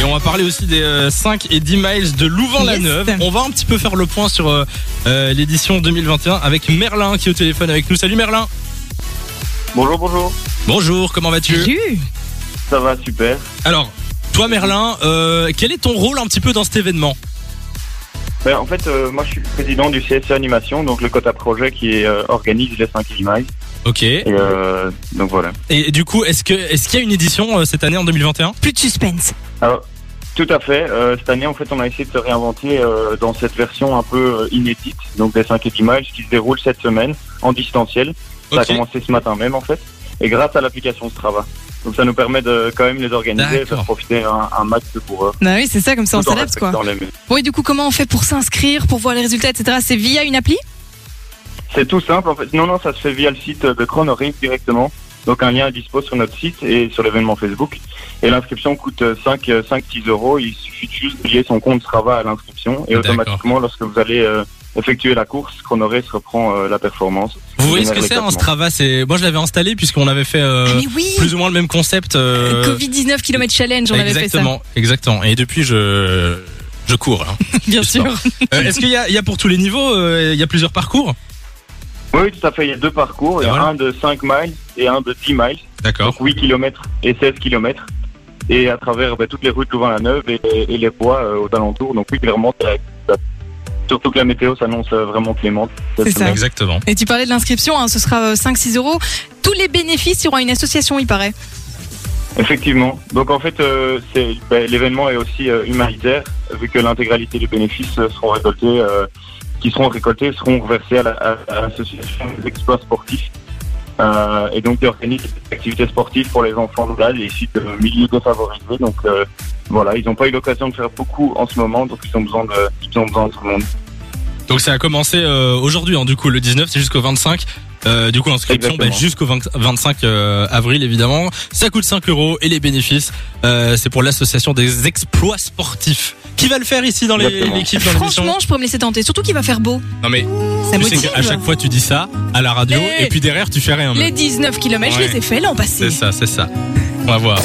Et on va parler aussi des euh, 5 et 10 miles de Louvain-la-Neuve. Yes. On va un petit peu faire le point sur euh, euh, l'édition 2021 avec Merlin qui est au téléphone avec nous. Salut Merlin Bonjour, bonjour. Bonjour, comment vas-tu Salut. Ça va, super. Alors, toi Merlin, euh, quel est ton rôle un petit peu dans cet événement Ben, en fait, euh, moi, je suis président du CSC Animation, donc le quota projet qui est, euh, organise les 5 Miles. Ok. Et, Et euh, donc voilà. et du coup, est-ce que est-ce qu'il y a une édition euh, cette année en 2021 Plus de suspense. Alors, tout à fait. euh, cette année, en fait, on a essayé de se réinventer euh, dans cette version un peu euh, inédite, donc des 5 Miles, qui se déroule cette semaine en distanciel. Ça a Ok. commencé ce matin même, en fait, et grâce à l'application Strava. Donc ça nous permet de quand même les organiser et D'accord. faire profiter un, un max de coureurs. Bah oui, c'est ça, comme ça on Tout en s'adapte quoi. respectant les mesures. Bon, et du coup, comment on fait pour s'inscrire, pour voir les résultats, etc. C'est via une Euh, appli C'est tout simple en fait. Non, non, ça se fait via le site de Chronorave directement. Donc un lien est dispo sur notre site et sur l'événement Facebook. Et l'inscription coûte euh, 5, 5 6 euros. Il suffit juste de lier son compte Strava à l'inscription et D'accord. automatiquement lorsque vous allez euh, effectuer la course, Chronorave reprend euh, la performance. Vous voyez ce Génère que les c'est un classements. Strava C'est moi je l'avais installé puisqu'on avait fait euh, Ah, Mais oui plus ou moins le même concept. euh, Covid-19 km challenge, on avait fait ça. exactement, exactement. Et depuis je je cours. hein. Bien du sûr. sport. Euh, Est-ce qu'il y a, il y a pour tous les niveaux euh, Il y a plusieurs parcours Oui, tout à fait. Il y a deux parcours. Il y a Voilà. un de 5 miles et un de 10 miles. D'accord. Donc 8 km et 16 km. Et à travers ben, toutes les rues de Louvain-la-Neuve et, et les bois euh, aux alentours. Donc oui, clairement, c'est la- surtout que la météo s'annonce euh, vraiment clémente. cette C'est ça. semaine. Exactement. Et tu parlais de l'inscription, hein, ce sera 5-6 euros. Tous les bénéfices iront à une association, il paraît. Effectivement. Donc en fait, euh, c'est- ben, l'événement est aussi euh, humanitaire, vu que l'intégralité des bénéfices euh, seront récoltés, euh, qui seront récoltés, seront reversés à la- à à l'association des exploits sportifs. Euh, et donc, qui organise des activités sportives pour les enfants locaux et issus de milieux défavorisés. Donc euh, voilà, ils n'ont pas eu l'occasion de faire beaucoup en ce moment, donc ils ont besoin de, ils ont besoin de tout le monde. Donc ça a commencé euh, aujourd'hui, hein, du coup, le 19, c'est jusqu'au 25. Euh, du coup, inscription bah, Exactement. jusqu'au 20 25 euh, avril, évidemment. Ça coûte 5 euros et les bénéfices, euh, c'est pour l'association des exploits sportifs. Qui va le faire ici dans les- Exactement. l'équipe, dans l'émission Franchement, je pourrais me laisser tenter, surtout qu'il va faire beau. Non mais, Ça tu sais motive. qu'à chaque fois tu dis ça à la radio Eh et puis derrière tu fais rien. Les mais 19 km, je Ouais. les ai faits l'an passé. C'est ça, c'est ça. On va voir.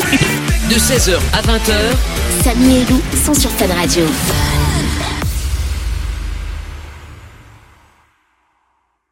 De 16h à 20h, Samy et Lou sont sur Fun Radio.